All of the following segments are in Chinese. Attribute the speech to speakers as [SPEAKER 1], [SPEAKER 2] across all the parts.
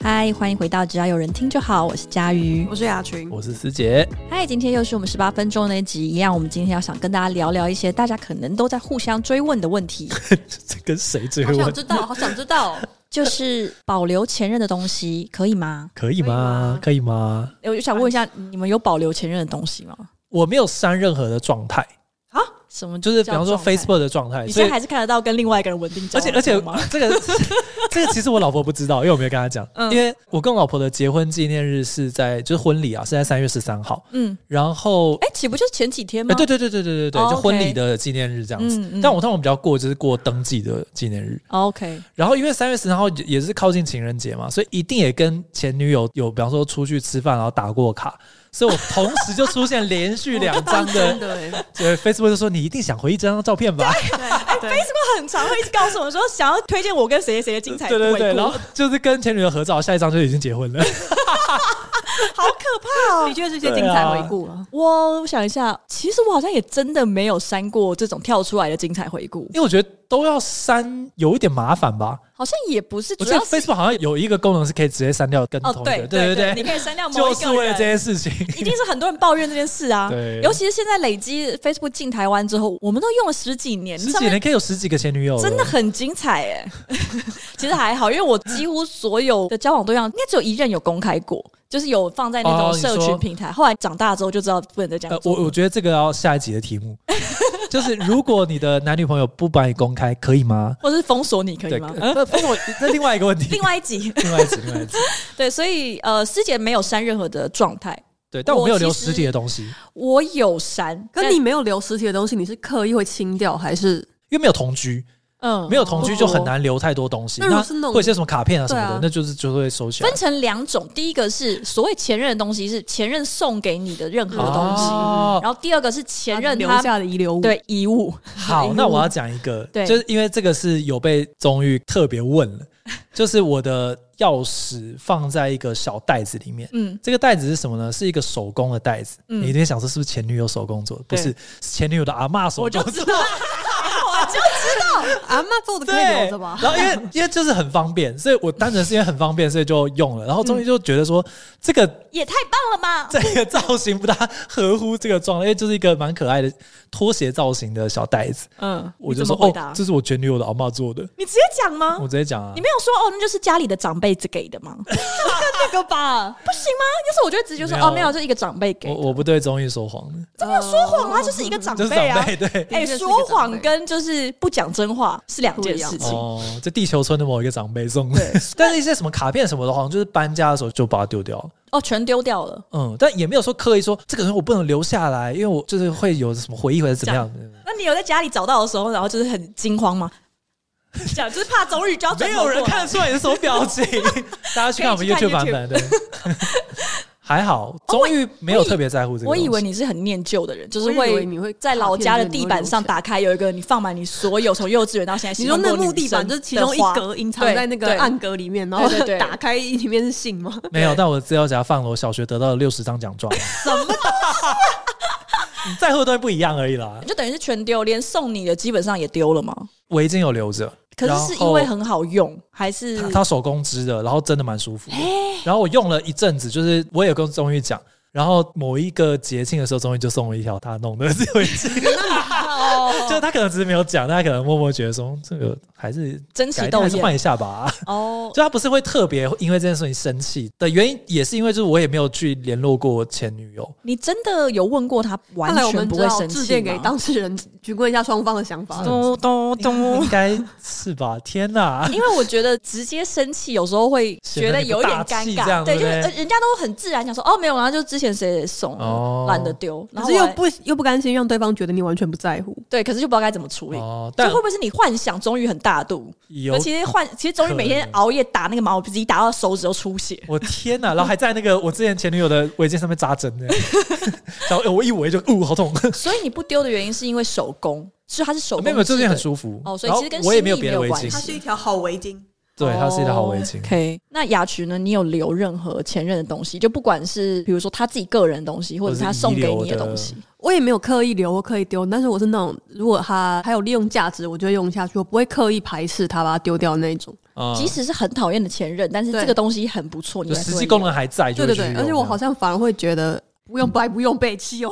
[SPEAKER 1] 嗨，欢迎回到只要有人听就好，我是佳瑜。
[SPEAKER 2] 我是雅群，
[SPEAKER 3] 我是师姐，
[SPEAKER 1] 嗨，今天又是我们十八分钟那一集，一样，我们今天要想跟大家聊聊一些大家可能都在互相追问的问 题，
[SPEAKER 3] 这跟谁追
[SPEAKER 2] 好想
[SPEAKER 3] 问？
[SPEAKER 2] 知道，好想知道，
[SPEAKER 1] 就是保留前任的东西 可以吗？
[SPEAKER 3] 可以吗？可以吗？
[SPEAKER 1] 诶我就想问一下，你们有保留前任的东西吗？
[SPEAKER 3] 我没有删任何的状态，
[SPEAKER 1] 什么？
[SPEAKER 3] 就是比方说
[SPEAKER 1] 叫状态
[SPEAKER 3] Facebook 的状态，
[SPEAKER 1] 你现
[SPEAKER 3] 所
[SPEAKER 1] 在
[SPEAKER 3] 以
[SPEAKER 1] 还是看得到跟另外一个人稳定交往
[SPEAKER 3] 而且
[SPEAKER 1] 中
[SPEAKER 3] 而且
[SPEAKER 1] 吗？
[SPEAKER 3] 这个这个其实我老婆不知道，因为我没有跟她讲，
[SPEAKER 1] 嗯
[SPEAKER 3] 因为我跟我老婆的结婚纪念日是在就是婚礼啊，是在三月十三号，
[SPEAKER 1] 嗯，
[SPEAKER 3] 然后
[SPEAKER 1] 哎、岂不就是前几天吗？
[SPEAKER 3] 哎，对对对对对对
[SPEAKER 1] 哦
[SPEAKER 3] 对，
[SPEAKER 1] OK
[SPEAKER 3] 就婚礼的纪念日这样子
[SPEAKER 1] 嗯嗯。
[SPEAKER 3] 但我通常比较过就是过登记的纪念日，
[SPEAKER 1] 哦，OK，
[SPEAKER 3] 然后因为三月十三号也也是靠近情人节嘛，所以一定也跟前女友有，比方说出去吃饭，然后打过卡，所以我同时就出现连续两张
[SPEAKER 2] 真
[SPEAKER 3] 的，
[SPEAKER 2] 的
[SPEAKER 1] 欸
[SPEAKER 2] 哎，
[SPEAKER 3] 呃，Facebook 就说你一定想回忆这张照片吧，
[SPEAKER 2] 对对，
[SPEAKER 1] 他很常会一直告诉我们说，想要推荐我跟谁谁谁的精
[SPEAKER 3] 对对对，然后就是跟前女友合照，下一张就已经结婚了，
[SPEAKER 1] 好可怕哦
[SPEAKER 2] 的！确是一些精彩回顾
[SPEAKER 1] 啊
[SPEAKER 2] 了。
[SPEAKER 1] 我想一下，其实我好像也真的没有删过这种跳出来的精彩回顾，
[SPEAKER 3] 因为我觉得都要删有一点麻烦吧，
[SPEAKER 1] 好像也不是主
[SPEAKER 3] 我觉得
[SPEAKER 1] 要是
[SPEAKER 3] Facebook 好像有一个功能是可以直接删掉跟
[SPEAKER 1] 哦
[SPEAKER 3] 同，一
[SPEAKER 1] 对
[SPEAKER 3] 个，对
[SPEAKER 1] 对，你
[SPEAKER 3] 对，
[SPEAKER 1] 可以删掉某
[SPEAKER 3] 就
[SPEAKER 1] 一
[SPEAKER 3] 是
[SPEAKER 1] 个
[SPEAKER 3] 为了
[SPEAKER 1] 人
[SPEAKER 3] 这件事情，，
[SPEAKER 1] 一定是很多人抱怨这件事啊
[SPEAKER 3] 对
[SPEAKER 1] 尤其是现在累积 Facebook 进台湾之后，我们都用了十几年，
[SPEAKER 3] 十
[SPEAKER 1] 上
[SPEAKER 3] 几
[SPEAKER 1] 面
[SPEAKER 3] 年可以有十几个前女友了，
[SPEAKER 1] 真的很精彩哎、 其实还好，因为我几乎所有的交往对象，应该只有一任有公开过，就是有放在那种
[SPEAKER 3] 哦你
[SPEAKER 1] 社
[SPEAKER 3] 说
[SPEAKER 1] 群平台。后来长大之后就知道不能再这样
[SPEAKER 3] 呃，
[SPEAKER 1] 做了。
[SPEAKER 3] 我我觉得这个要下一集的题目， 就是如果你的男女朋友不把你公开，可以吗？
[SPEAKER 1] 或是封锁你可以
[SPEAKER 3] 对，
[SPEAKER 1] 吗？
[SPEAKER 3] 呃那不是我，这另外一 个问题，
[SPEAKER 1] 另外一集
[SPEAKER 3] 另外一集，另外一集，
[SPEAKER 1] 对，所以呃，师姐没有删任何的状态，
[SPEAKER 3] 对，但我没有留
[SPEAKER 1] 我其实
[SPEAKER 3] 实体的东西，因
[SPEAKER 1] 我有删，
[SPEAKER 2] 可
[SPEAKER 1] 但
[SPEAKER 2] 你没有留实体的东西，你是刻意会清掉还是？
[SPEAKER 3] 为没有同居，
[SPEAKER 1] 嗯
[SPEAKER 3] 没有同居就很。
[SPEAKER 1] 哦
[SPEAKER 3] 难留太多东西。
[SPEAKER 2] 那如果是那种
[SPEAKER 3] 会有些什么卡片啊什么
[SPEAKER 2] 对
[SPEAKER 3] 的
[SPEAKER 2] 啊，
[SPEAKER 3] 那就是就会收起来
[SPEAKER 1] 分。成两种，第一个是所谓前任的东西，是前任送给你的任何的东西，嗯
[SPEAKER 3] 哦
[SPEAKER 1] 然后第二个是前任
[SPEAKER 2] 留
[SPEAKER 1] 他
[SPEAKER 2] 下的遗留物，，
[SPEAKER 1] 对遗物，
[SPEAKER 3] 好，那我要讲一个，
[SPEAKER 1] 对
[SPEAKER 3] 就是因为这个是有被宗玉特别问 了，就是我的钥匙放在一个小袋子里面，
[SPEAKER 1] 嗯，
[SPEAKER 3] 这个袋子是什么呢？是一个手工的袋子。
[SPEAKER 1] 嗯
[SPEAKER 3] 你一定想说是不是前女友手工做的？不
[SPEAKER 1] 对
[SPEAKER 3] 是，是前女友的阿嬷手
[SPEAKER 1] 我
[SPEAKER 3] 工
[SPEAKER 1] 就
[SPEAKER 3] 做
[SPEAKER 1] 知
[SPEAKER 3] 的。
[SPEAKER 1] 道，我就
[SPEAKER 2] 哦阿妈做的可以
[SPEAKER 3] 对
[SPEAKER 2] 留着，吧？
[SPEAKER 3] 然后 因为因为就是很方便，所以我单纯是因为很方便，所以就用了。然后终于就觉得说，这个
[SPEAKER 1] 也太棒了吧！
[SPEAKER 3] 这个造型不大合乎这个状态，因为就是一个蛮可爱的拖鞋造型的小袋子。
[SPEAKER 1] 嗯，
[SPEAKER 3] 我
[SPEAKER 1] 你
[SPEAKER 3] 就
[SPEAKER 1] 怎
[SPEAKER 3] 说
[SPEAKER 1] 么回答
[SPEAKER 3] 哦，？这是我前女友的阿嬷做的。
[SPEAKER 1] 你直接讲吗？
[SPEAKER 3] 我直接讲啊
[SPEAKER 1] 你，没有说哦，那就是家里的长辈子给的吗？
[SPEAKER 2] 这个吧，
[SPEAKER 1] 不行吗？要是我就会直接说
[SPEAKER 3] 没有
[SPEAKER 1] 哦，没有，就一个长辈给
[SPEAKER 3] 我。我不对宗玉说谎的，
[SPEAKER 2] 这没有说
[SPEAKER 1] 说谎啊，就是一个长
[SPEAKER 2] 呃
[SPEAKER 3] 就是
[SPEAKER 1] 辈啊
[SPEAKER 3] 长。辈对。
[SPEAKER 1] 哎、
[SPEAKER 2] 的确是一个
[SPEAKER 1] 说
[SPEAKER 2] 长
[SPEAKER 1] 谎
[SPEAKER 2] 辈
[SPEAKER 1] 跟就是不讲真话是两件事
[SPEAKER 2] 不一
[SPEAKER 1] 情。
[SPEAKER 3] 哦，这地球村的某一个长辈送的， 但是一些什么卡片什么的，好像就是搬家的时候就把它丢掉了。
[SPEAKER 1] 哦，全丢掉了。
[SPEAKER 3] 嗯，但也没有说刻意说这个人我不能留下来，因为我就是会有什么回忆或者怎么样。
[SPEAKER 1] 那你有在家里找到的时候，然后就是很惊慌吗？ 讲就是怕终日就要转
[SPEAKER 3] 没
[SPEAKER 1] 头
[SPEAKER 3] 有人
[SPEAKER 1] 过啊来
[SPEAKER 3] 看得出来你是什么表情，大家去看我们 YouTube 版本。 对，还好，终于没有特别在乎这
[SPEAKER 1] 哦
[SPEAKER 3] 个
[SPEAKER 1] 我
[SPEAKER 3] 东西。
[SPEAKER 1] 以为你是很念旧的人，就是
[SPEAKER 2] 我以
[SPEAKER 1] 会
[SPEAKER 2] 为你会
[SPEAKER 1] 在老家的地板上
[SPEAKER 2] 卡
[SPEAKER 1] 打开有一个你放满你所有从幼稚园到现在
[SPEAKER 2] 片
[SPEAKER 1] 喜
[SPEAKER 2] 里面
[SPEAKER 1] 欢过
[SPEAKER 2] 会留起来。你说那
[SPEAKER 1] 的
[SPEAKER 2] 木
[SPEAKER 1] 女
[SPEAKER 2] 地
[SPEAKER 1] 生
[SPEAKER 2] 板
[SPEAKER 1] 的花，
[SPEAKER 2] 就是其中一格隐藏在那
[SPEAKER 1] 对
[SPEAKER 2] 个
[SPEAKER 1] 对
[SPEAKER 2] 暗格里面，然
[SPEAKER 1] 对对
[SPEAKER 2] 后
[SPEAKER 1] 对
[SPEAKER 2] 打开里面是信吗？
[SPEAKER 3] 没有，但我的资料夹放了我小学得到了六十张 奖状。什么？你在乎的东西不一样而已啦。
[SPEAKER 1] 就等于是全丢，连送你的基本上也丢了嘛。
[SPEAKER 3] 围巾有留着，
[SPEAKER 1] 可
[SPEAKER 3] 然
[SPEAKER 1] 是是因为
[SPEAKER 3] 后
[SPEAKER 1] 很好用，还是
[SPEAKER 3] 它它手工织的，然后真的蛮舒服的。然后我用了一阵子，就是我也跟终于讲，然后某一个节庆的时候，终于就送我一条他弄的围 巾。
[SPEAKER 1] 哦
[SPEAKER 3] 就他可能只是没有讲，但他可能默默觉得说嗯这个还是
[SPEAKER 1] 争奇
[SPEAKER 3] 改天
[SPEAKER 1] 斗
[SPEAKER 3] 还是换
[SPEAKER 1] 艳
[SPEAKER 3] 一下吧。
[SPEAKER 1] 哦？
[SPEAKER 3] 就他不是会特别因为这件事情生气的原因，也是因为就是我也没有去联络过前女友。
[SPEAKER 1] 你真的有问过他，完
[SPEAKER 2] 看来我
[SPEAKER 1] 全
[SPEAKER 2] 们
[SPEAKER 1] 不
[SPEAKER 2] 只
[SPEAKER 1] 会
[SPEAKER 2] 好
[SPEAKER 1] 生
[SPEAKER 2] 致
[SPEAKER 1] 气
[SPEAKER 2] 电给
[SPEAKER 1] 吗？
[SPEAKER 2] 当事人，询问一下双方的想法。
[SPEAKER 1] 咚咚 咚
[SPEAKER 3] 应该是吧？天 哪！
[SPEAKER 1] 因为我觉得直接生气有时候会觉得有点尴
[SPEAKER 3] 显得你不大气这
[SPEAKER 1] 尬，
[SPEAKER 3] 样
[SPEAKER 1] 对，
[SPEAKER 3] 对
[SPEAKER 1] 就是
[SPEAKER 3] 不对
[SPEAKER 1] 呃人家都很自然讲说哦没有，然后就之前谁谁送
[SPEAKER 3] 哦
[SPEAKER 1] 了，懒得丢，然
[SPEAKER 2] 可
[SPEAKER 1] 后
[SPEAKER 2] 是又
[SPEAKER 1] 我还
[SPEAKER 2] 不又不甘心让对方觉得你完全不在乎，
[SPEAKER 1] 对，可是就不知道该怎么处理。
[SPEAKER 3] 哦，
[SPEAKER 1] 这
[SPEAKER 3] 但
[SPEAKER 1] 会不会是你幻想终于很大度？
[SPEAKER 3] 有
[SPEAKER 1] 而其实幻，其实终于每天
[SPEAKER 3] 可能
[SPEAKER 1] 熬夜打那个毛笔，自己打到手指都出血。
[SPEAKER 3] 我天哪！然后还在那个我之前前女友的围巾上面扎针 呢，然后呃我一围就，呜，好痛！
[SPEAKER 1] 所以你不丢的原因是因为手工，是它是手工
[SPEAKER 3] 呃没有，没有，这
[SPEAKER 1] 织
[SPEAKER 3] 件
[SPEAKER 1] 的
[SPEAKER 3] 很舒服。
[SPEAKER 1] 哦所以
[SPEAKER 3] 然
[SPEAKER 1] 其
[SPEAKER 3] 后
[SPEAKER 1] 实跟
[SPEAKER 3] 我也
[SPEAKER 1] 心
[SPEAKER 3] 没有
[SPEAKER 1] 意
[SPEAKER 3] 别
[SPEAKER 1] 没
[SPEAKER 3] 的
[SPEAKER 1] 有
[SPEAKER 3] 围
[SPEAKER 1] 关
[SPEAKER 3] 巾，
[SPEAKER 1] 系哦
[SPEAKER 2] 一条好围巾。
[SPEAKER 3] 对，它是一条好围巾。
[SPEAKER 1] OK，那雅群呢？你有留任何前任的东西，就不管是比如说他自己个人的东西，或者是他送给你东西。
[SPEAKER 2] 我也没有刻意留或刻意丢，但是我是那种如果它还有利用价值，我就会用下去，我不会刻意排斥它，把它丢掉那一种。
[SPEAKER 3] 嗯
[SPEAKER 1] 即使是很讨厌的前任，但是
[SPEAKER 2] 对
[SPEAKER 1] 这个东西很不错，你
[SPEAKER 3] 就
[SPEAKER 1] 还是
[SPEAKER 3] 实
[SPEAKER 1] 会
[SPEAKER 3] 际功
[SPEAKER 1] 用
[SPEAKER 3] 能还在，就
[SPEAKER 2] 对
[SPEAKER 3] 会
[SPEAKER 2] 对
[SPEAKER 3] 继续
[SPEAKER 2] 对，而且
[SPEAKER 3] 用
[SPEAKER 2] 我好像反而会觉得不用白不用被弃 哦。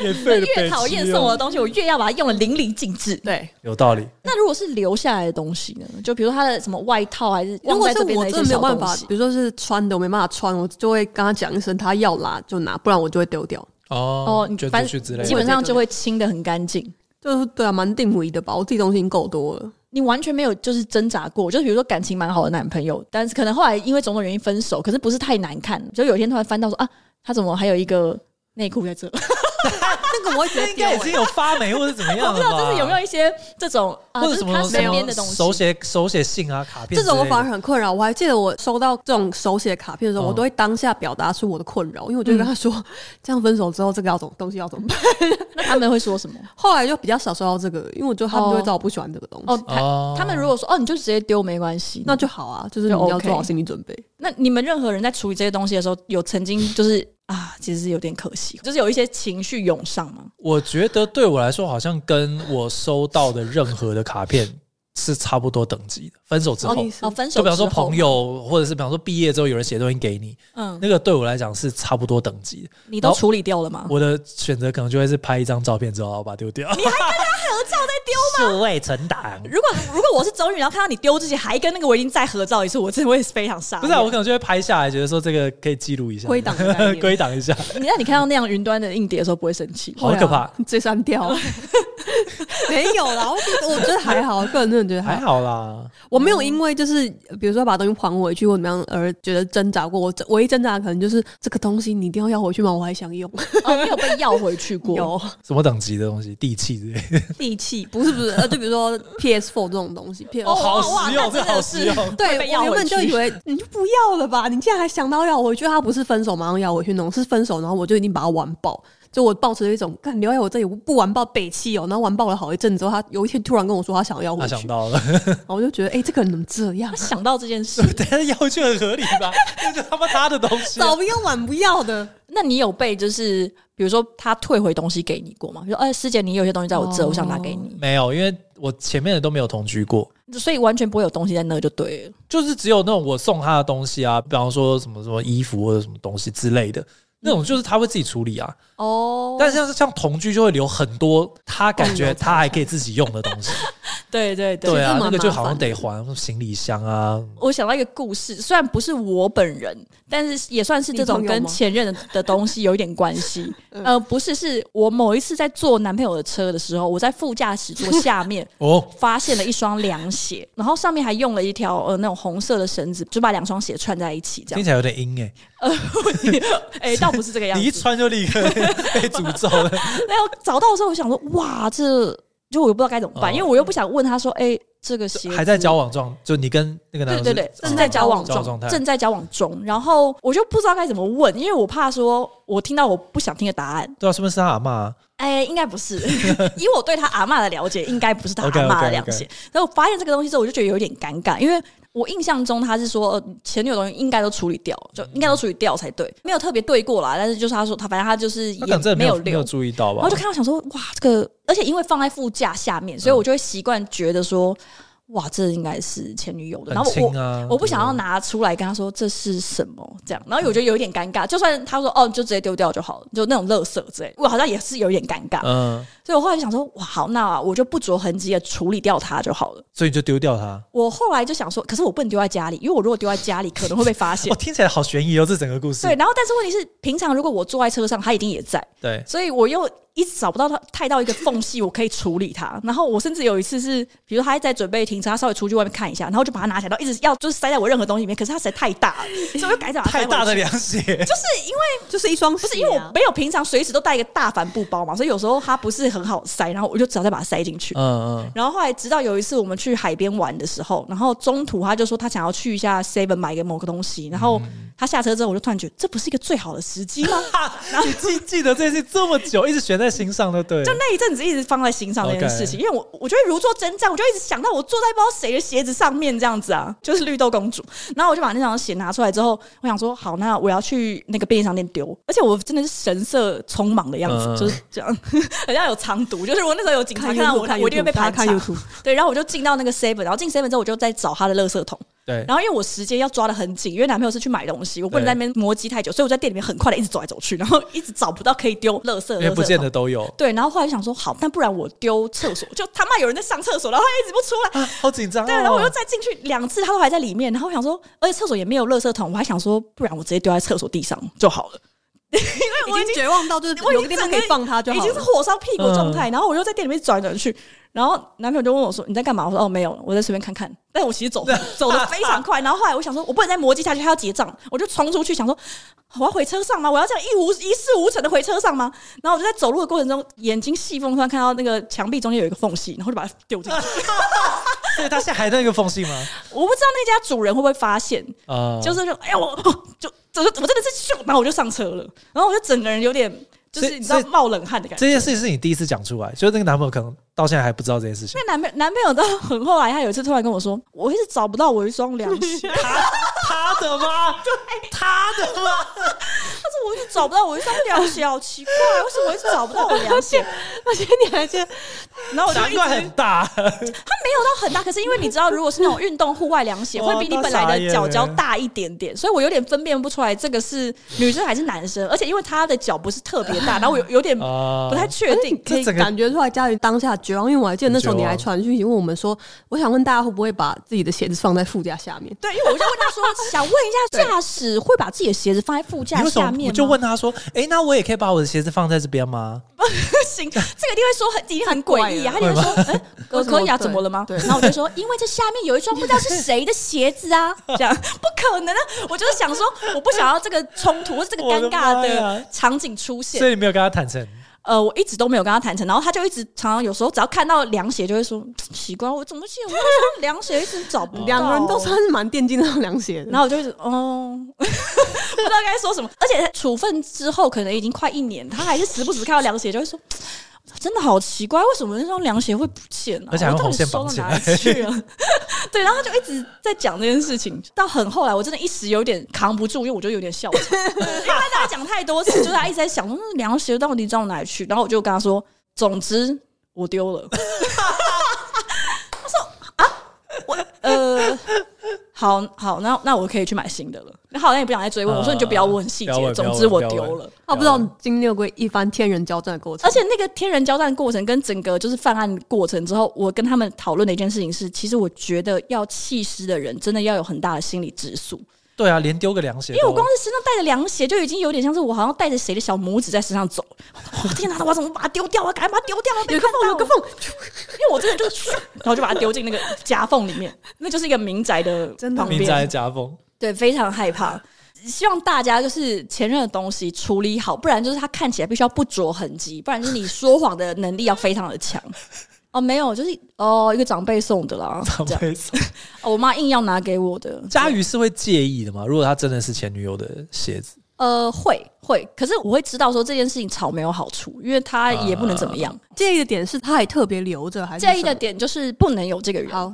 [SPEAKER 3] 免费的
[SPEAKER 1] 越
[SPEAKER 3] 北
[SPEAKER 1] 讨厌
[SPEAKER 3] 七哦
[SPEAKER 1] 送我的东西，我越要把它用的淋漓尽致。
[SPEAKER 2] 对，
[SPEAKER 3] 有道理，
[SPEAKER 1] 那如果是留下来的东西呢？就比如他的什么外套，还是
[SPEAKER 2] 如
[SPEAKER 1] 忘
[SPEAKER 2] 果
[SPEAKER 1] 在
[SPEAKER 2] 是
[SPEAKER 1] 这边
[SPEAKER 2] 我
[SPEAKER 1] 的一
[SPEAKER 2] 真
[SPEAKER 1] 些
[SPEAKER 2] 的没
[SPEAKER 1] 小
[SPEAKER 2] 有办
[SPEAKER 1] 东
[SPEAKER 2] 法，
[SPEAKER 1] 西
[SPEAKER 2] 比如说是穿的我没办法穿，我就会跟他讲一声，他要拿就拿，不然我就会丢掉。
[SPEAKER 3] 哦
[SPEAKER 1] 哦，
[SPEAKER 3] 捐
[SPEAKER 1] 反
[SPEAKER 3] 出去之类
[SPEAKER 1] 基
[SPEAKER 3] 的，
[SPEAKER 1] 本上就会清的很干净。
[SPEAKER 2] 就是对啊，蛮定位的吧，我自己东西已经够多了。
[SPEAKER 1] 你完全没有就是挣扎过，就是比如说感情蛮好的男朋友，但是可能后来因为种种原因分手，可是不是太难看，就有一天突然翻到说啊，他怎么还有一个内裤在这？
[SPEAKER 2] 那个我会直
[SPEAKER 3] 这
[SPEAKER 2] 接
[SPEAKER 3] 应
[SPEAKER 2] 丢、
[SPEAKER 3] 该已
[SPEAKER 2] 欸
[SPEAKER 3] 经有发 霉或者怎么
[SPEAKER 1] 我
[SPEAKER 3] 样了
[SPEAKER 1] 不
[SPEAKER 3] 吧？
[SPEAKER 1] 知道就是有没有一些这种啊，
[SPEAKER 3] 或
[SPEAKER 1] 就是
[SPEAKER 3] 者什么
[SPEAKER 1] 他身边的
[SPEAKER 3] 什
[SPEAKER 1] 东
[SPEAKER 3] 么
[SPEAKER 1] 西，
[SPEAKER 3] 手写手写信啊、卡片之
[SPEAKER 2] 这
[SPEAKER 3] 类的，
[SPEAKER 2] 种我反而很困扰。我还记得我收到这种手写卡片的时
[SPEAKER 1] 哦
[SPEAKER 2] 候，
[SPEAKER 3] 嗯
[SPEAKER 2] 我都会当下表达出我的困扰，因为我就会跟他说，
[SPEAKER 1] 嗯
[SPEAKER 2] 这样分手之后这个要怎么东西要怎么办。
[SPEAKER 1] 那他们会说什么？
[SPEAKER 2] 后来就比较少收到这个，因为我就他们就会
[SPEAKER 1] 哦
[SPEAKER 2] 知道我不喜欢这个东西，
[SPEAKER 1] 哦，他、
[SPEAKER 3] 哦
[SPEAKER 1] 他们如果说哦，你就直接丢没关系，
[SPEAKER 2] 那就好啊，就是
[SPEAKER 1] 就
[SPEAKER 2] 你要
[SPEAKER 1] OK
[SPEAKER 2] 做好心理准备。
[SPEAKER 1] 那你们任何人在处理这些东西的时候，有曾经就是 啊，其实是有点可惜，就是有一些情绪涌上吗？
[SPEAKER 3] 我觉得对我来说，好像跟我收到的任何的卡片是差不多等级的。分手之后，
[SPEAKER 2] 你
[SPEAKER 1] 哦，分手
[SPEAKER 3] 就比方说
[SPEAKER 1] 之后
[SPEAKER 3] 朋，友，或者是比方说毕业之后有人写东西给你，
[SPEAKER 1] 嗯，
[SPEAKER 3] 那个对我来讲是差不多等级的。
[SPEAKER 1] 你都处理掉了吗？
[SPEAKER 3] 我的选择可能就会是拍一张照片之后，然后把它丢掉。你还跟他合照再丢吗？数位存档。
[SPEAKER 1] 如果如果我是周瑜，然后看到你丢自己，还跟那个我已经再合照一次，我真的会非常傻眼。
[SPEAKER 3] 不是、啊，我可能就会拍下来，觉得说这个可以记录一下，
[SPEAKER 2] 归档的概念
[SPEAKER 3] 归档一下，
[SPEAKER 1] 你让你看到那样云端的硬碟的时候，不会生 气？
[SPEAKER 3] 好可怕
[SPEAKER 2] 会啊，这删掉。 没有啦，我觉得我觉得还好，个人真的觉得还
[SPEAKER 3] 还
[SPEAKER 2] 好。嗯
[SPEAKER 3] 好啦。
[SPEAKER 2] 我没有因为就是比如说把东西还回去或怎么样而觉得挣扎过。我唯一挣扎的可能就是这个东西你一定要要回去吗？我还想用。
[SPEAKER 1] 哦，你有被要回去过？
[SPEAKER 2] 有
[SPEAKER 3] 什么等级的东西？地契之类的。
[SPEAKER 2] 地契不是不是，呃，就比如 说 PS Four 这种东西，PS
[SPEAKER 1] 哦，
[SPEAKER 3] 好
[SPEAKER 1] 哇
[SPEAKER 3] 实用
[SPEAKER 1] 哇那真
[SPEAKER 3] 这
[SPEAKER 1] 的
[SPEAKER 3] 好
[SPEAKER 1] 是
[SPEAKER 3] 实用
[SPEAKER 2] 对，
[SPEAKER 1] 会
[SPEAKER 2] 我
[SPEAKER 1] 被要
[SPEAKER 2] 原
[SPEAKER 1] 回
[SPEAKER 2] 本就以
[SPEAKER 1] 去。
[SPEAKER 2] 为你就不要了吧，你竟然还想到要我去，他不是分手马上要我去弄，是分手，然后我就已经把他玩爆，就我抱持一种看留在我这里不玩爆北气哦，然后玩爆了好一阵之后，他有一天突然跟我说他想要
[SPEAKER 3] 他
[SPEAKER 2] 我
[SPEAKER 3] 想
[SPEAKER 2] 去，
[SPEAKER 3] 到了，
[SPEAKER 2] 然后我就觉得哎、这个人怎么这样
[SPEAKER 1] 他，想到这件事，
[SPEAKER 3] 但是要去很合理吧？ 这是他妈他的东西啊。
[SPEAKER 2] 早不要晚不要的，
[SPEAKER 1] 那你有被就是比如说他退回东西给你过吗？比如说，哎，师姐，你有些东西在我这，
[SPEAKER 2] 哦
[SPEAKER 1] 我想拿给你，
[SPEAKER 3] 没有，因为我前面的都没有同居过，
[SPEAKER 1] 所以完全不会有东西在那就对了。
[SPEAKER 3] 就是只有那种我送他的东西啊，比方说什么什么衣服或者什么东西之类的。那种就是他会自己处理啊，
[SPEAKER 1] 哦
[SPEAKER 3] 但是像是像同居就会留很多他感觉他还可以自己用的东西，
[SPEAKER 1] 对对 对
[SPEAKER 3] 对啊，
[SPEAKER 2] 其实
[SPEAKER 3] 那
[SPEAKER 2] 蛮
[SPEAKER 3] 个就
[SPEAKER 2] 麻
[SPEAKER 3] 好像
[SPEAKER 2] 烦的
[SPEAKER 3] 得还行李箱啊，
[SPEAKER 1] 我想到一个故事，虽然不是我本人，但是也算是这种
[SPEAKER 2] 你朋友
[SPEAKER 1] 跟
[SPEAKER 2] 吗
[SPEAKER 1] 前任的的东西有一点关系。
[SPEAKER 2] 嗯
[SPEAKER 1] 呃，不是，是我某一次在坐男朋友的车的时候，我在副驾驶座下面
[SPEAKER 3] 哦，
[SPEAKER 1] 发现了一双凉鞋，然后上面还用了一条呃那种红色的绳子，就把两双鞋串在一起，这
[SPEAKER 3] 听
[SPEAKER 1] 样。
[SPEAKER 3] 起来有点阴哎、
[SPEAKER 1] 哎、倒不是这个样
[SPEAKER 3] 你一
[SPEAKER 1] 子。
[SPEAKER 3] 穿就立刻被诅咒 了，
[SPEAKER 1] 然后找到的时候，我想说，哇，这就我又不知道该怎么办，
[SPEAKER 3] 哦
[SPEAKER 1] 因为我又不想问他说，哎、这个鞋
[SPEAKER 3] 还在
[SPEAKER 1] 子
[SPEAKER 3] 交往状，就你跟那个男
[SPEAKER 1] 对
[SPEAKER 3] 友
[SPEAKER 1] 对
[SPEAKER 3] 是
[SPEAKER 1] 对，
[SPEAKER 3] 哦
[SPEAKER 1] 正在交往
[SPEAKER 3] 交往
[SPEAKER 1] 中，
[SPEAKER 3] 状态
[SPEAKER 1] 正在交往中。然后我就不知道该怎么问，因为我怕说我听到我不想听的答案。
[SPEAKER 3] 对啊，是不是他阿妈、
[SPEAKER 1] 哎，应该不 是，以我对他阿嬷的了解，应该不是他
[SPEAKER 3] OK，OK，OK
[SPEAKER 1] 阿嬷的了解。然后我发现这个东西之后，我就觉得有点尴尬，因为我印象中他是说呃前女友的东西应该都处理掉，就应该都处理掉才对，没有特别对过啦。但是就是他说他反正他就是
[SPEAKER 3] 他可
[SPEAKER 1] 也
[SPEAKER 3] 能真的没有没
[SPEAKER 1] 留
[SPEAKER 3] 有，注意到吧？
[SPEAKER 1] 然后就看到想说哇这个，而且因为放在副驾下面，所以
[SPEAKER 3] 嗯
[SPEAKER 1] 我就会习惯觉得说哇这应该是前女友的。然后
[SPEAKER 3] 很
[SPEAKER 1] 我
[SPEAKER 3] 轻啊，
[SPEAKER 1] 我不想要
[SPEAKER 3] 对啊。嗯
[SPEAKER 1] 拿出来跟他说这是什么这样，然后我觉得有点尴尬。就算他说哦，你就直接丢掉就好了，就那种垃圾之类，我好像也是有点尴尬。
[SPEAKER 3] 嗯，
[SPEAKER 1] 所以我后来就想说，哇，好，那我就不着痕迹的处理掉它就好了。
[SPEAKER 3] 所以你就丢掉它。
[SPEAKER 1] 我后来就想说，可是我不能丢在家里，因为我如果丢在家里可能会被发现
[SPEAKER 3] 哦，。听起来好悬疑哦，这整个故事。
[SPEAKER 1] 对，然后但是问题是，平常如果我坐在车上，他一定也在，
[SPEAKER 3] 对，
[SPEAKER 1] 所以我又一直找不到他太到一个缝隙，我可以处理它。然后我甚至有一次是，比如他在准备停车，他稍微出去外面看一下，然后就把它拿起来，然后一直要就是塞在我任何东西里面，可是它实在太大了，所以我就改成把它塞
[SPEAKER 3] 太
[SPEAKER 1] 回
[SPEAKER 3] 大的
[SPEAKER 1] 去
[SPEAKER 3] 凉鞋，
[SPEAKER 1] 就是因为
[SPEAKER 2] 就是一双、鞋啊
[SPEAKER 1] 不是因为我没有平常随时都带一个大帆布包嘛，所以有时候它不是很好塞，然后我就只好再把它塞进去。
[SPEAKER 3] 嗯嗯，
[SPEAKER 1] 然后后来，直到有一次我们去海边玩的时候，然后中途他就说他想要去一下 Seven 买个某个东西，然后他下车之后，我就突然觉得这不是一个最好的时机吗？
[SPEAKER 3] 你记记得这件事这么久，一直悬在心上，就对了
[SPEAKER 1] 就。那一阵子一直放在心上这件事情，因为我我觉得如坐针毡，我就一直想到我坐在不知道谁的鞋子上面这样子啊，就是绿豆公主。然后我就把那双鞋拿出来之后，我想说好，那我要去那个便利商店丢，而且我真的是神色匆忙的样子，
[SPEAKER 3] 嗯
[SPEAKER 1] 就是这样， 很像有藏毒，就是我那时候有警察看到
[SPEAKER 2] YouTube，
[SPEAKER 1] 我，我一定会
[SPEAKER 2] YouTube，
[SPEAKER 1] 被
[SPEAKER 2] 大家
[SPEAKER 1] 盘
[SPEAKER 2] 看
[SPEAKER 1] 查
[SPEAKER 2] YouTube，
[SPEAKER 1] 对，然后我就进到那个 seven，然后进 seven 之后，我就在找他的垃圾桶。
[SPEAKER 3] 对，
[SPEAKER 1] 然后因为我时间要抓的很紧，因为男朋友是去买东西，我不能
[SPEAKER 3] 对
[SPEAKER 1] 在那边磨叽太久，所以我在店里面很快的一直走来走去，然后一直找不到可以丢垃圾的
[SPEAKER 3] 因为
[SPEAKER 1] 垃
[SPEAKER 3] 不
[SPEAKER 1] 圾
[SPEAKER 3] 见
[SPEAKER 1] 桶
[SPEAKER 3] 得。都有，
[SPEAKER 1] 对，然后后来就想说，好，那不然我丢厕所， 就他妈有人在上厕所，然后他一直不出来。
[SPEAKER 3] 啊好紧张哦。
[SPEAKER 1] 对，然后我又再进去两次，他都还在里面。然后我想说，而且厕所也没有垃圾桶，我还想说，不然我直接丢在厕所地上就好了。
[SPEAKER 2] 已经绝望到就是
[SPEAKER 1] 我已
[SPEAKER 2] 有
[SPEAKER 1] 经
[SPEAKER 2] 个地方
[SPEAKER 1] 整
[SPEAKER 2] 可
[SPEAKER 1] 个
[SPEAKER 2] 以放它就
[SPEAKER 1] 已
[SPEAKER 2] 好
[SPEAKER 1] 经是
[SPEAKER 2] 了。嗯
[SPEAKER 1] 火烧屁股状态。然后我又在店里面转来转去，然后男朋友就问我说：“你在干嘛？”我说：“哦，没有，我在随便看看。”但我其实 走走的非常快。然后后来我想说，我不能再磨叽下去，他要结账，我就冲出去想说，我要回车上吗？我要这样一无一事无成的回车上吗？然后我就在走路的过程中，眼睛细缝突然看到那个墙壁中间有一个缝隙，然后就把它丢进 去。
[SPEAKER 3] 所以他现在还在那个缝隙 吗？
[SPEAKER 1] 我不知道那家主人会不会发现，
[SPEAKER 3] 啊，
[SPEAKER 1] 就是说，哎呀，我哦就就是我真的是咻，然后我就上车了，然后我就整个人有点。就
[SPEAKER 3] 所
[SPEAKER 1] 是
[SPEAKER 3] 以
[SPEAKER 1] 你知道
[SPEAKER 3] 所以
[SPEAKER 1] 冒冷汗的感觉，
[SPEAKER 3] 这件事情是你第一次讲出来，就是那个男朋友可能到现在还不知道这件事情。
[SPEAKER 1] 那男朋男朋友到很后来，他有一次突然跟我说：“我一直找不到我一双凉鞋，
[SPEAKER 3] 他他的吗？对，他的吗？
[SPEAKER 1] 他说我一直找不到我一双凉鞋，好奇怪，为什么我一直找不到我凉鞋
[SPEAKER 2] 而且你还是？”
[SPEAKER 1] 然后我就一
[SPEAKER 3] 难
[SPEAKER 1] 直
[SPEAKER 3] 怪很大，
[SPEAKER 1] 他没有到很大，可是因为你知道，如果是那种运动户外凉鞋，
[SPEAKER 3] 哦
[SPEAKER 1] 会比你本来的脚脚大一点点，所以我有点分辨不出来这个是女生还是男生，而且因为他的脚不是特别大，然后我有有点
[SPEAKER 3] 啊
[SPEAKER 1] 不太确定。
[SPEAKER 2] 可以
[SPEAKER 3] 这整个
[SPEAKER 2] 感觉出来佳宇当下绝望，因为我还记得那时候你
[SPEAKER 3] 很绝望
[SPEAKER 2] 还传讯息问我们说，我想问大家会不会把自己的鞋子放在副驾下面？
[SPEAKER 1] 对，因为我就问他说：“想问一下，驾驶会把自己的鞋子放在副
[SPEAKER 3] 你
[SPEAKER 1] 驾
[SPEAKER 3] 为什
[SPEAKER 1] 下
[SPEAKER 3] 么
[SPEAKER 1] 面
[SPEAKER 3] 我
[SPEAKER 1] 吗？”
[SPEAKER 3] 就问他说：“哎，那我也可以把我的鞋子放在这边吗
[SPEAKER 1] 行，这个一定会说很已经很诡异啊，他
[SPEAKER 2] 太
[SPEAKER 1] 就会说，哎、可可以啊，
[SPEAKER 2] 对
[SPEAKER 1] 怎么了吗？
[SPEAKER 2] 对
[SPEAKER 1] 然后我就说，因为这下面有一双不知道是谁的鞋子啊，这样不可能啊！我就是想说，我不想要这个冲突或这个尴尬
[SPEAKER 3] 我的妈
[SPEAKER 1] 的
[SPEAKER 3] 呀
[SPEAKER 1] 场景出？”
[SPEAKER 3] 所
[SPEAKER 1] 现。
[SPEAKER 3] 以你没有跟他坦诚，
[SPEAKER 1] 呃，我一直都没有跟他谈成，然后他就一直常常有时候只要看到凉鞋就会说嗯奇怪，我怎么记得我那双凉鞋一直找不到？
[SPEAKER 2] 两个人都算是蛮电竞的凉鞋的，
[SPEAKER 1] 然后我就一直哦， 不知道该说什么。而且处分之后，可能已经快一年，他还是时不时看到凉鞋就会说。真的好奇怪，为什么那双凉鞋会不见呢、啊？
[SPEAKER 3] 而且还
[SPEAKER 1] 我
[SPEAKER 3] 用
[SPEAKER 1] 到底
[SPEAKER 3] 红线
[SPEAKER 1] 收到
[SPEAKER 3] 绑起
[SPEAKER 1] 哪
[SPEAKER 3] 来
[SPEAKER 1] 里去了？ 对，然后他就一直在讲这件事情，到很后来，我真的一时有点扛不住，因为我就有点笑场， 因为他大概讲太多次，就是他一直在想说那凉鞋到底到哪里去，然后我就跟他说，总之我丢 了。他说啊，我呃，好好，那那我可以去买新的了。那好像也不想再追问，我说你就不要问细
[SPEAKER 3] 呃不要
[SPEAKER 1] 节，
[SPEAKER 3] 问
[SPEAKER 1] 总之我
[SPEAKER 3] 不要
[SPEAKER 1] 丢
[SPEAKER 3] 问
[SPEAKER 1] 了。
[SPEAKER 2] 他不知道经历过一番天人交战的过程，
[SPEAKER 1] 而且那个天人交战过程跟整个就是犯案过程之后，我跟他们讨论的一件事情是，其实我觉得要弃尸的人真的要有很大的心理质素，
[SPEAKER 3] 对啊，连丢个凉鞋都，
[SPEAKER 1] 因为我光是身上带着凉鞋就已经有点像是我好像带着谁的小拇指在身上走。我、天哪，我怎么把它丢掉啊？赶快把它丢掉啊！
[SPEAKER 2] 有
[SPEAKER 1] 被
[SPEAKER 2] 一个
[SPEAKER 1] 看
[SPEAKER 2] 缝，有
[SPEAKER 1] 到
[SPEAKER 2] 一个，缝，
[SPEAKER 1] 因为我真的就是， 然后就把它丢进那个夹缝里面，那就是一个民宅的
[SPEAKER 2] 真的
[SPEAKER 1] 旁边，
[SPEAKER 3] 民宅夹缝，
[SPEAKER 1] 对，非常害怕。希望大家就是前任的东西处理好，不然就是他看起来必须要不着痕迹，不然就是你说谎的能力要非常的强。 哦，没有，就是哦，一个长辈送的啦，
[SPEAKER 3] 长
[SPEAKER 1] 这样、
[SPEAKER 3] 辈送。
[SPEAKER 1] 哦我妈硬要拿给我的。
[SPEAKER 3] 佳瑜是会介意的吗？如果他真的是前女友的鞋子，
[SPEAKER 1] 呃，会会，可是我会知道说这件事情吵没有好处，因为他也不能怎么样。
[SPEAKER 2] 介意的点是他还特别留着，哦还是
[SPEAKER 1] 在意的
[SPEAKER 2] 什么
[SPEAKER 1] 点就是不能有这个人，
[SPEAKER 2] 好，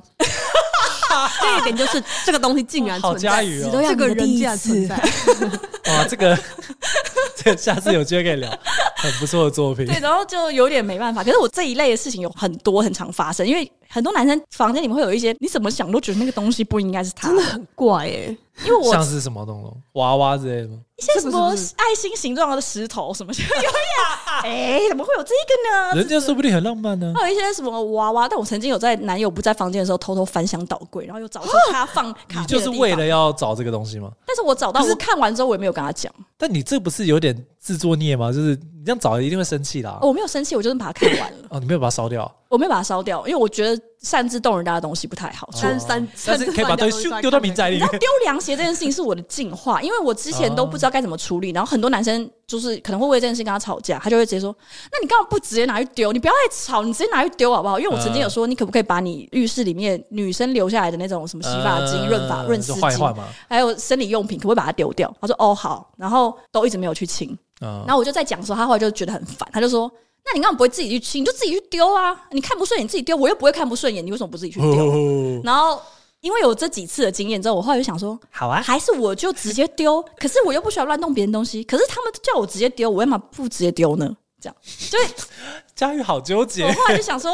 [SPEAKER 2] 这一点就是这个东西竟然
[SPEAKER 3] 好
[SPEAKER 2] 存
[SPEAKER 3] 佳
[SPEAKER 2] 在，
[SPEAKER 3] 瑜
[SPEAKER 1] 死都
[SPEAKER 3] 哦，
[SPEAKER 1] 要
[SPEAKER 2] 这
[SPEAKER 1] 你的
[SPEAKER 2] 个人
[SPEAKER 1] 第一
[SPEAKER 2] 竟然存
[SPEAKER 1] 次
[SPEAKER 2] 在，
[SPEAKER 3] 哇，这个 这个下次有机会可以聊，很不错的作品。
[SPEAKER 1] 对，然后就有点没办法。可是我这一类的事情有很多，很常发生，因为很多男生房间里面会有一些，你怎么想都觉得那个东西不应该是他，
[SPEAKER 2] 很怪哎，
[SPEAKER 1] 因为我
[SPEAKER 3] 像是什么东东，娃娃之类的吗？
[SPEAKER 1] 一些什么
[SPEAKER 2] 是不是
[SPEAKER 1] 爱心形状的石头什么的，有呀， 哎，怎么会有这个呢？
[SPEAKER 3] 人家说不定很浪漫啊呢、
[SPEAKER 1] 还有一些什么娃娃，但我曾经有在男友不在房间的时候偷偷翻箱倒柜，然后又找出他放卡片
[SPEAKER 3] 你
[SPEAKER 1] 的地
[SPEAKER 3] 就
[SPEAKER 1] 方
[SPEAKER 3] 是为了，要找这个东西吗？
[SPEAKER 1] 但是我找到，
[SPEAKER 3] 可是
[SPEAKER 1] 我看完之后我也没有跟他 讲，
[SPEAKER 3] 但你这不是有点自作孽吗？就是你这样找一定会生气啦。哦。
[SPEAKER 1] 哦我没有生气，我就是把它看完了
[SPEAKER 3] 哦，你没有把它烧掉，
[SPEAKER 1] 我没有把它烧掉，因为我觉得擅自动人家的东西不太好。
[SPEAKER 3] 哦
[SPEAKER 1] 除
[SPEAKER 2] 三三
[SPEAKER 3] 但是可以把东 西咻丢到民宅里
[SPEAKER 1] 你知
[SPEAKER 3] 面
[SPEAKER 1] 道。丢凉鞋这件事情是我的进化，因为我之前都不知道该怎么处理，然后很多男生就是可能会为这件事跟他吵架，他就会直接说：“那你干嘛不直接拿去丢？你不要再吵，你直接拿去丢好不好？”因为我曾经有说，你可不可以把你浴室里面女生留下来的那种什么洗发精、
[SPEAKER 3] 呃
[SPEAKER 1] 润发、润丝
[SPEAKER 3] 就换一换
[SPEAKER 1] 巾，
[SPEAKER 3] 嘛。
[SPEAKER 1] 还有生理用品，可不可以把它丢掉？他说：“哦，好。”然后都一直没有去清，
[SPEAKER 3] 嗯
[SPEAKER 1] 然后我就在讲的时候，他后来就觉得很烦，他就说：“那你干嘛不会自己去清？你就自己去丢啊！你看不顺眼自己丢，我又不会看不顺眼，你为什么不自己去 丢？”
[SPEAKER 3] 哦
[SPEAKER 1] 然后因为有这几次的经验之后，我后来就想说，
[SPEAKER 3] 好啊，
[SPEAKER 1] 还是我就直接 丢。可是我又不喜欢乱动别人东西，可是他们叫我直接丢，我为什么不直接丢呢？这样，所以
[SPEAKER 3] 佳玉好纠结
[SPEAKER 1] 我，后来就想说。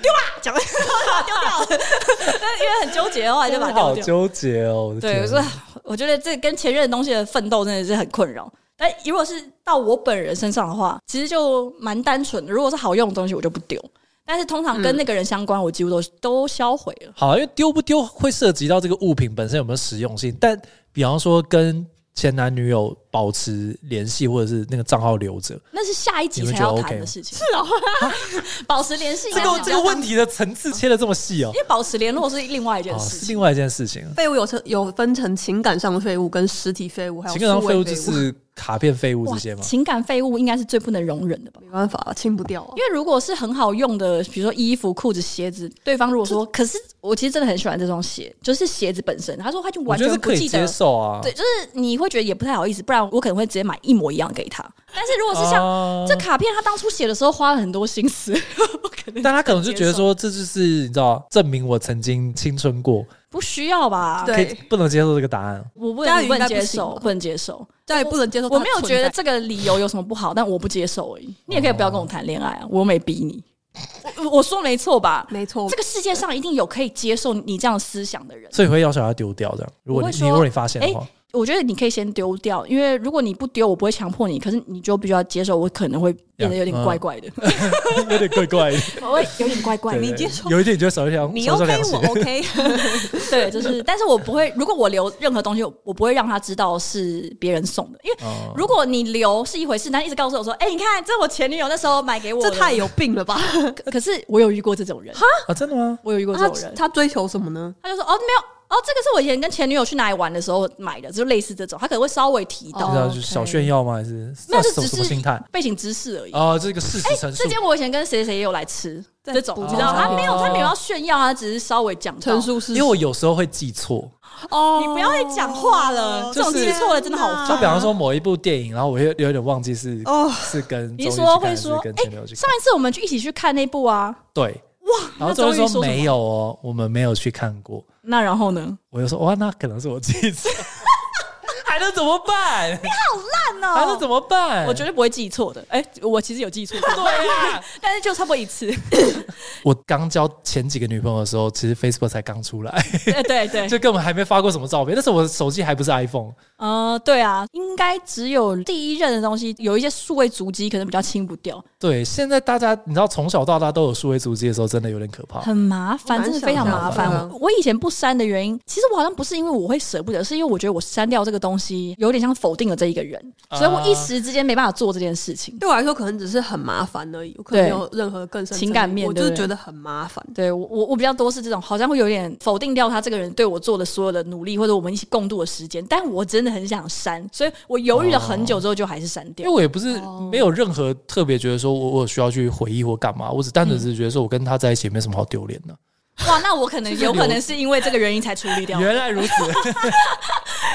[SPEAKER 1] 丢啊吧，讲 把它丢掉了， 但因为很纠结，后啊来就把它 丢
[SPEAKER 3] 好
[SPEAKER 1] 掉。
[SPEAKER 3] 纠结哦。我的
[SPEAKER 1] 对，
[SPEAKER 3] 天
[SPEAKER 1] 我说，我觉得这跟前任的东西的奋斗真的是很困扰。但如果是到我本人身上的话，其实就蛮单纯的。如果是好用的东西，我就不丢。但是通常跟那个人相关，我几乎都都销毁了。
[SPEAKER 3] 好，因为丢不丢会涉及到这个物品本身有没有实用性，但比方说跟前男女友保持联系，或者是那个账号留着，
[SPEAKER 1] 那是下一集才要谈的事情。 哦
[SPEAKER 2] 是啊，
[SPEAKER 1] 保持联系，
[SPEAKER 3] 这个这个问题的层次切的这么细哦
[SPEAKER 1] 因，为保持联络是另外一件
[SPEAKER 3] 哦，
[SPEAKER 1] 事
[SPEAKER 3] 是
[SPEAKER 1] 情。
[SPEAKER 3] 另外一件事情。
[SPEAKER 2] 废物有成有分成情感上的废物跟实体废物，还有
[SPEAKER 3] 情感上
[SPEAKER 2] 数
[SPEAKER 3] 废
[SPEAKER 2] 位
[SPEAKER 3] 物就是卡片废物这些吗？
[SPEAKER 1] 情感废物应该是最不能容忍的吧？
[SPEAKER 2] 没办法清不掉啊。
[SPEAKER 1] 因为如果是很好用的，比如说衣服、裤子、鞋子，对方如果说，可是我其实真的很喜欢这双鞋，就是鞋子本身，他说他就
[SPEAKER 3] 我
[SPEAKER 1] 完
[SPEAKER 3] 觉得
[SPEAKER 1] 全
[SPEAKER 3] 是
[SPEAKER 1] 不
[SPEAKER 3] 可以
[SPEAKER 1] 记得
[SPEAKER 3] 接。受啊。
[SPEAKER 1] 对，就是你会觉得也不太好意思，不然我可能会直接买一模一样给他。但是如果是像
[SPEAKER 3] 啊
[SPEAKER 1] 这卡片，他当初写的时候花了很多心思，我可能
[SPEAKER 3] 但他可能就觉得说，这就是你知道，证明我曾经青春过，
[SPEAKER 1] 不需要吧？
[SPEAKER 2] 对
[SPEAKER 3] 可以不能接受这个答案。
[SPEAKER 1] 我不
[SPEAKER 2] 家
[SPEAKER 1] 能
[SPEAKER 2] 里
[SPEAKER 1] 不
[SPEAKER 2] 应
[SPEAKER 1] 能
[SPEAKER 2] 该不
[SPEAKER 1] 接
[SPEAKER 2] 行
[SPEAKER 1] 受，
[SPEAKER 2] 吧
[SPEAKER 1] 不能接受。
[SPEAKER 2] 再也不能接受它
[SPEAKER 1] 我
[SPEAKER 2] 的
[SPEAKER 1] 没有觉得
[SPEAKER 2] 存
[SPEAKER 1] 这个理由有什么不好，但我不接受而已。你也可以不要跟我谈恋爱啊，我又没逼你。哦我我说没错吧
[SPEAKER 2] 在，？没错
[SPEAKER 1] 这，个世界上一定有可以接受你这样思想的人。
[SPEAKER 3] 所以会要求他丢掉这样。如果
[SPEAKER 1] 我会
[SPEAKER 3] 你你
[SPEAKER 1] 说
[SPEAKER 3] 如果你发现的话，
[SPEAKER 1] 我觉得你可以先丢掉，因为如果你不丢，我不会强迫你，可是你就必须要接受，我可能会变得有点怪怪的，
[SPEAKER 3] 有点怪怪的。
[SPEAKER 1] 哎我会有点怪怪的。
[SPEAKER 3] 对
[SPEAKER 2] 你接受
[SPEAKER 3] 有一点你就少一条，
[SPEAKER 2] 你
[SPEAKER 3] 少一条
[SPEAKER 2] OK
[SPEAKER 3] 良心
[SPEAKER 2] 我 OK，
[SPEAKER 1] 对，就是，但是我不会，如果我留任何东西，我不会让他知道是别人送的，因为
[SPEAKER 3] 哦
[SPEAKER 1] 如果你留是一回事，但一直告诉我说，哎、你看，这我前女友那时候买给我
[SPEAKER 2] 这
[SPEAKER 1] 的，
[SPEAKER 2] 太有病了吧？
[SPEAKER 1] 可是我有遇过这种人，
[SPEAKER 3] 啊，真的吗？
[SPEAKER 1] 我有遇过这
[SPEAKER 2] 他
[SPEAKER 1] 种人，
[SPEAKER 2] 他追求什么呢？
[SPEAKER 1] 他就说哦没有哦，这个是我以前跟前女友去哪里玩的时候买的，就类似这种，他可能会稍微提到
[SPEAKER 3] 不知
[SPEAKER 2] 哦
[SPEAKER 3] 道
[SPEAKER 2] OK
[SPEAKER 3] 是小炫耀吗？还是
[SPEAKER 1] 没有
[SPEAKER 3] 那
[SPEAKER 1] 就是哎
[SPEAKER 3] 什么
[SPEAKER 1] 只
[SPEAKER 3] 什么
[SPEAKER 1] 是
[SPEAKER 3] 心态？
[SPEAKER 1] 背景知识而已。
[SPEAKER 3] 哦，这个事实陈述
[SPEAKER 1] 之前我以前跟谁谁也有来吃
[SPEAKER 2] 再
[SPEAKER 1] 这种，
[SPEAKER 2] 补
[SPEAKER 1] 你知道
[SPEAKER 3] 充
[SPEAKER 1] 他没有
[SPEAKER 3] 哦
[SPEAKER 1] 他没有要炫耀，他只是稍微讲到
[SPEAKER 2] 陈。述是
[SPEAKER 3] 因为我有时候会记错，
[SPEAKER 2] 哦
[SPEAKER 1] 你不要再讲话了，这种
[SPEAKER 3] 就是
[SPEAKER 1] 记错了真的好
[SPEAKER 2] 啊
[SPEAKER 3] 就
[SPEAKER 1] 烦
[SPEAKER 3] 比。方说某一部电影，然后我有有点忘记是
[SPEAKER 2] 哦
[SPEAKER 3] 是跟
[SPEAKER 1] 你
[SPEAKER 3] 周瑜去
[SPEAKER 1] 说
[SPEAKER 3] 看
[SPEAKER 1] 会
[SPEAKER 3] 还是
[SPEAKER 1] 说
[SPEAKER 3] 跟
[SPEAKER 1] 哎
[SPEAKER 3] 前女友去看
[SPEAKER 1] 上一次我们去一起去看那部啊，
[SPEAKER 3] 对哇，然
[SPEAKER 1] 那
[SPEAKER 3] 后周
[SPEAKER 1] 周
[SPEAKER 3] 瑜
[SPEAKER 1] 瑜
[SPEAKER 3] 说
[SPEAKER 1] 说什么
[SPEAKER 3] 没有哦，我们没有去看过，
[SPEAKER 1] 那然后呢？
[SPEAKER 3] 我就说哇，那可能是我记 错，还能怎么办？还能
[SPEAKER 1] 那
[SPEAKER 3] 怎么办？
[SPEAKER 1] 我绝对不会记错的。哎，我其实有记错，对
[SPEAKER 3] 啊，
[SPEAKER 1] 但是就差不多一 次。
[SPEAKER 3] 我刚交前几个女朋友的时候，其实 Facebook 才刚出 来，
[SPEAKER 1] 对对对，
[SPEAKER 3] 就根本还没发过什么照片，那时候我手机还不是 iPhone，
[SPEAKER 1] 呃，对啊，应该只有第一任的东西有一些数位足迹，可能比较清不掉，
[SPEAKER 3] 对，现在大家你知道从小到大都有数位足迹的时候，真的有点可怕。
[SPEAKER 1] 很麻烦，
[SPEAKER 2] 蛮
[SPEAKER 1] 真的非常
[SPEAKER 2] 想
[SPEAKER 1] 麻
[SPEAKER 3] 的
[SPEAKER 1] 烦
[SPEAKER 2] 嗯。
[SPEAKER 1] 我我以前不删的原因，其实我好像不是因为我会舍不得，是因为我觉得我删掉这个东西有点像否定了这一个人，所以我一时之间没办法做这件事情。
[SPEAKER 2] 对我来说可能只是很麻烦而已，我可能没
[SPEAKER 1] 对
[SPEAKER 2] 有任何更深
[SPEAKER 1] 情感
[SPEAKER 2] 层
[SPEAKER 1] 面
[SPEAKER 2] 我
[SPEAKER 1] 对
[SPEAKER 2] 就是
[SPEAKER 1] 不对
[SPEAKER 2] 觉得很麻烦。
[SPEAKER 1] 对我我我比较多是这种，好像会有点否定掉他这个人对我做的所有的努力，或者我们一起共度的时间。但我真的很想删，所以我犹豫了很久之后，就还是删
[SPEAKER 3] 因
[SPEAKER 1] 掉
[SPEAKER 3] 为。我也不是没有任何特别觉得说我我有需要去回忆或干嘛，我只单纯只是觉得说我跟他在一起也没什么好丢脸的。
[SPEAKER 1] 哇，那我可能
[SPEAKER 3] 就是
[SPEAKER 1] 有可
[SPEAKER 3] 有
[SPEAKER 1] 能是因为这个原因才处理掉。
[SPEAKER 3] 原来如此，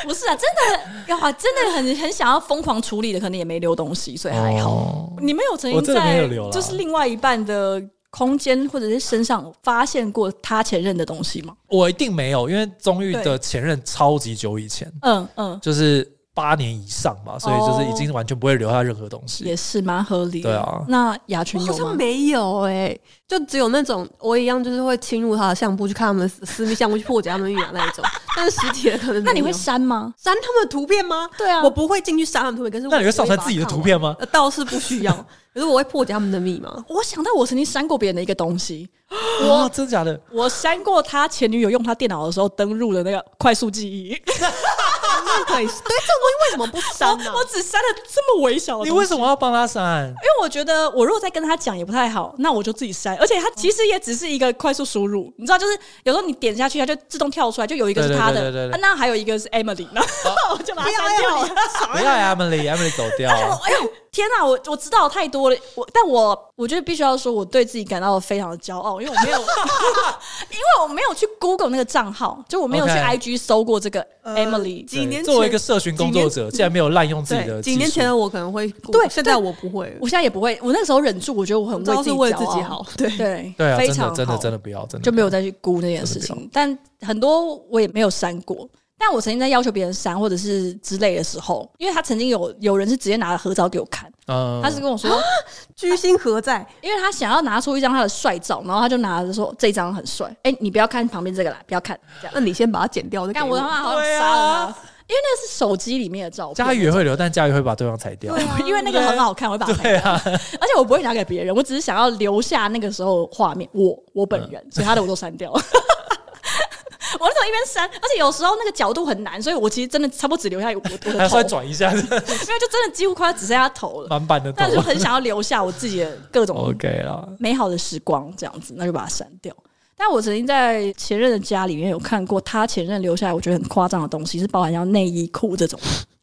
[SPEAKER 1] 不是啊，真的哇，真的很很想要疯狂处理的，可能也没留东西，所以还好。
[SPEAKER 3] 哦
[SPEAKER 1] 你们有曾
[SPEAKER 3] 我
[SPEAKER 1] 经
[SPEAKER 3] 真的没有
[SPEAKER 1] 在
[SPEAKER 3] 留啦
[SPEAKER 1] 就是另外一半的空间或者是身上发现过他前任的东西吗？
[SPEAKER 3] 我一定没有，因为宗玉的前任超级久以前，
[SPEAKER 1] 嗯嗯，
[SPEAKER 3] 就是八年以上吧，所以就是已经完全不会留下任何东西。
[SPEAKER 1] 也是蛮合理的。
[SPEAKER 3] 对啊
[SPEAKER 1] 那雅群
[SPEAKER 2] 我好
[SPEAKER 1] 有
[SPEAKER 2] 像
[SPEAKER 1] 吗？
[SPEAKER 2] 没有哎、就只有那种我一样，就是会侵入他的相簿去看他们私 私密相簿去破解他们密码那一种， 但是实体的可能没有
[SPEAKER 1] 那你会删吗？
[SPEAKER 2] 删他们的图片吗？
[SPEAKER 1] 对啊
[SPEAKER 2] 我不会进去删他们图片，可是我
[SPEAKER 3] 那你会
[SPEAKER 2] 我把
[SPEAKER 3] 上传自己的
[SPEAKER 2] 它看
[SPEAKER 3] 图
[SPEAKER 2] 完？
[SPEAKER 3] 片吗？
[SPEAKER 2] 呃倒是不需要， 可是我会破解他们的密码。
[SPEAKER 1] 我想到我曾经删过别人的一个东西，
[SPEAKER 3] 哇，哦真的假的？
[SPEAKER 1] 我删过他前女友用他电脑的时候登录的那个快速记忆，
[SPEAKER 2] 那可以，对啊这种东西为什么不删呢、
[SPEAKER 1] 我只删啊了这么微小的。
[SPEAKER 3] 你为什？么要帮他删？
[SPEAKER 1] 因为我觉得我如果再跟他讲也不太好，那我就自己删。而且它其实也只是一个快速输入，你知道，就是有时候你点下去，它就自动跳出来，就有一个是他的，
[SPEAKER 3] 对对对对对
[SPEAKER 1] 啊那还有一个是 Emily，然后我就把它删掉了。
[SPEAKER 3] 不要啊 Emily，Emily 走掉。
[SPEAKER 1] 哎呦，天哪！我我知道太多了，我但我我觉得必须要说，我对自己感到非常的骄傲，因为我没 有，因 为我没有去 Google 那个账号，就我没有去
[SPEAKER 3] OK
[SPEAKER 1] IG 搜过这个 Emily。
[SPEAKER 2] 几年前
[SPEAKER 3] 作为一个社群工作者，竟然没有滥用自己
[SPEAKER 2] 对
[SPEAKER 3] 的技
[SPEAKER 2] 几年
[SPEAKER 3] 术
[SPEAKER 2] 前的我可能会顾
[SPEAKER 1] 对
[SPEAKER 2] 现在我不会了，
[SPEAKER 1] 我现在也不会，我那个时候忍住，我觉得我很
[SPEAKER 2] 我知道
[SPEAKER 1] 自
[SPEAKER 2] 是
[SPEAKER 1] 己
[SPEAKER 2] 为
[SPEAKER 1] 骄
[SPEAKER 2] 自己
[SPEAKER 1] 傲
[SPEAKER 2] 好，，对，
[SPEAKER 1] 对，
[SPEAKER 3] 对啊，
[SPEAKER 1] 非
[SPEAKER 3] 真
[SPEAKER 1] 常
[SPEAKER 3] 的真的
[SPEAKER 1] 好
[SPEAKER 3] 真的不要，真的
[SPEAKER 1] 就没
[SPEAKER 3] 有。
[SPEAKER 1] 有再去估那件事
[SPEAKER 3] 真的
[SPEAKER 1] 情。但很多我也没有删过。但我曾经在要求别人删或者是之类的时候，因为他曾经有有人是直接拿了合照给我看，
[SPEAKER 3] 嗯
[SPEAKER 1] 他是跟我 说，
[SPEAKER 2] 居心何在？
[SPEAKER 1] 因为他想要拿出一张他的帅照，然后他就拿着说这张很帅，哎、你不要看旁边这个啦，不要看这样。
[SPEAKER 2] 那你先把它剪掉，再给
[SPEAKER 1] 干我他妈好想
[SPEAKER 3] 对啊
[SPEAKER 1] 杀了他，因为那是手机里面的照片。
[SPEAKER 3] 佳宇也会留，但佳宇会把对方裁掉。
[SPEAKER 1] 因为那个很好看，我会把它拍
[SPEAKER 3] 对啊，
[SPEAKER 1] 而且我不会拿给别人，我只是想要留下那个时候的画面，我我本人，所以他的我都删掉 了。我那时候一边删，而且有时候那个角度很难，所以我其实真的差不多只留下我我 的头，因
[SPEAKER 3] 还
[SPEAKER 1] 为
[SPEAKER 3] 要再转一下，
[SPEAKER 1] 就真的几乎快要只剩下头了。
[SPEAKER 3] 满版的头
[SPEAKER 1] 但。是很想要留下我自己的各种
[SPEAKER 3] OK 啦，
[SPEAKER 1] 美好的时光，这样子，那就把它删掉。但我曾经在前任的家里面有看过他前任留下来，我觉得很夸张的东西，是包含像内衣裤这种。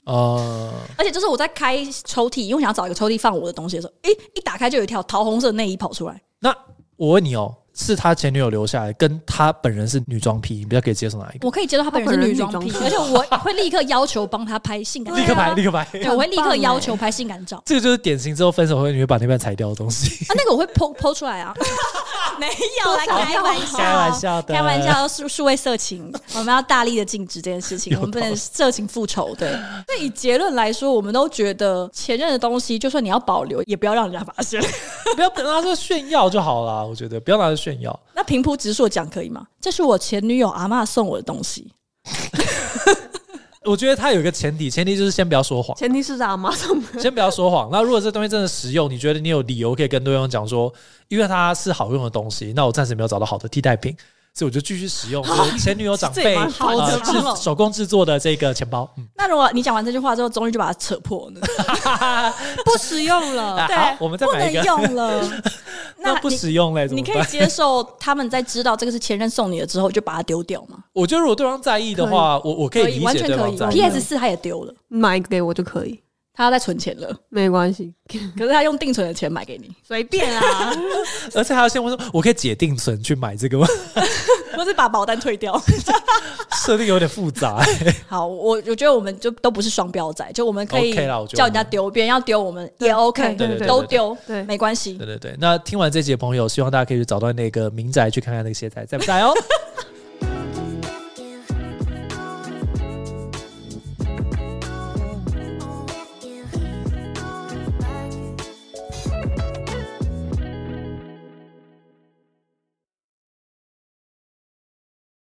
[SPEAKER 3] 哦，
[SPEAKER 1] 而且就是我在开抽屉，因为我想要找一个抽屉放我的东西的时候，诶、一打开就有一条桃红色的内衣跑出来。
[SPEAKER 3] 那我问你哦，是他前女友留下来，跟他本人是女装癖，你比较可以接受哪一个？
[SPEAKER 1] 我可以接受他本人是女装 癖，
[SPEAKER 2] 他
[SPEAKER 1] 而
[SPEAKER 2] 本
[SPEAKER 1] 且
[SPEAKER 2] 人
[SPEAKER 1] 我会立刻要求帮他拍性感照，
[SPEAKER 3] 立刻拍，立刻拍。
[SPEAKER 1] 对，我会立刻要求拍性感照啊，
[SPEAKER 3] 这个就是典型之后分手后你会把那半裁掉的东西。
[SPEAKER 1] 那个我会剖剖出来啊， 没有啦， 开玩笑，
[SPEAKER 3] 开 玩笑的
[SPEAKER 1] 开玩笑，数数位色情，我们要大力的禁止这件事 情，
[SPEAKER 3] 有
[SPEAKER 1] 我们不
[SPEAKER 3] 道
[SPEAKER 1] 能色情复仇。 对，所以以结论来说，我们都觉得前任的东西，就算你要保留，也不要让人家发现。
[SPEAKER 3] 不要拿这个炫耀就好啦，我觉得不要拿这炫耀。
[SPEAKER 1] 那平铺直述地讲可以吗？这是我前女友阿嬷送我的东西，
[SPEAKER 3] 我觉得他有一个前提，前提就是先不要说谎，
[SPEAKER 2] 前提是啥？马上
[SPEAKER 3] 先不要说谎。那如果这东西真的实用，你觉得你有理由可以跟对方讲说，因为它是好用的东西，那我暂时没有找到好的替代品，所以我就继续使 用就是前女友长
[SPEAKER 2] 这
[SPEAKER 3] 辈
[SPEAKER 2] 也蛮
[SPEAKER 1] 好的
[SPEAKER 3] 呃
[SPEAKER 1] 好长哦
[SPEAKER 3] 制手工制作的这个钱包。嗯，
[SPEAKER 1] 那如果你讲完这句话之后，终于就把它扯破了，
[SPEAKER 2] 不实用了，
[SPEAKER 1] 对
[SPEAKER 3] 好，我们再
[SPEAKER 1] 不
[SPEAKER 3] 买
[SPEAKER 1] 能
[SPEAKER 3] 一个。
[SPEAKER 1] 用 了。
[SPEAKER 3] 那不
[SPEAKER 1] 你
[SPEAKER 3] 实用嘞，怎
[SPEAKER 1] 你
[SPEAKER 3] 么
[SPEAKER 1] 可以
[SPEAKER 3] 办？
[SPEAKER 1] 接受他们在知道这个是前任送你的之后，就把它丢掉吗？
[SPEAKER 3] 我觉得如果对方在意的话，我我可以理
[SPEAKER 1] 完
[SPEAKER 3] 解
[SPEAKER 1] 全
[SPEAKER 3] 对
[SPEAKER 1] 可
[SPEAKER 3] 方
[SPEAKER 1] 以。
[SPEAKER 3] 在意。
[SPEAKER 1] P.S. 四他也丢了，
[SPEAKER 2] 买一个给我就可以，
[SPEAKER 1] 他要在存钱了，
[SPEAKER 2] 没关系，
[SPEAKER 1] 可是他用定存的钱买给你，
[SPEAKER 2] 随便啊。
[SPEAKER 3] 而且还要先问说，我可以解定存去买这 个吗？
[SPEAKER 1] 或是把保单退 掉。
[SPEAKER 3] 设定有点复杂。
[SPEAKER 1] 好，我我觉得我们就都不是双标仔，就我们可以
[SPEAKER 3] OK 啦我觉得
[SPEAKER 1] 叫人家丢，别人要丢我们也 OK，
[SPEAKER 2] 对
[SPEAKER 3] 对对
[SPEAKER 1] 都丢，
[SPEAKER 2] 对
[SPEAKER 1] 没关系
[SPEAKER 3] 对。对对，那听完这集的朋友，希望大家可以去找到那个民宅去看看那个鞋仔在不在哦。